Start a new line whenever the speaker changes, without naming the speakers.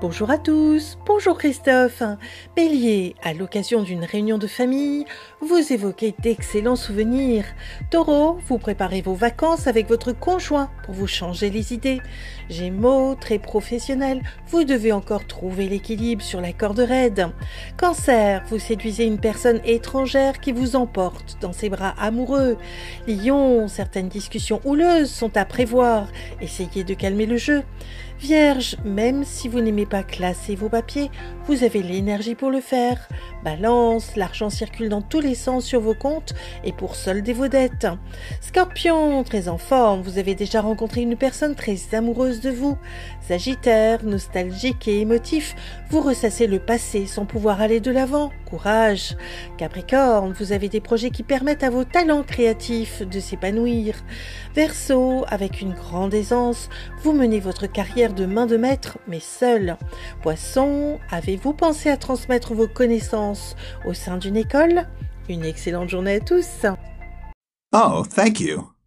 Bonjour à tous, bonjour Christophe. Bélier, à l'occasion d'une réunion de famille, vous évoquez d'excellents souvenirs. Taureau, vous préparez vos vacances avec votre conjoint pour vous changer les idées. Gémeaux, très professionnel, vous devez encore trouver l'équilibre sur la corde raide. Cancer, vous séduisez une personne étrangère qui vous emporte dans ses bras amoureux. Lion, certaines discussions houleuses sont à prévoir. Essayez de calmer le jeu. Vierge, même si vous n'aimez pas classer vos papiers, vous avez l'énergie pour le faire. Balance, l'argent circule dans tous les sens sur vos comptes et pour solder vos dettes. Scorpion, très en forme, vous avez déjà rencontré une personne très amoureuse de vous. Sagittaire, nostalgique et émotif, vous ressassez le passé sans pouvoir aller de l'avant. Courage. Capricorne, vous avez des projets qui permettent à vos talents créatifs de s'épanouir. Verseau, avec une grande aisance, vous menez votre carrière de main de maître, mais seul. Poisson, avez-vous pensé à transmettre vos connaissances au sein d'une école Une excellente journée à tous
Oh, thank you.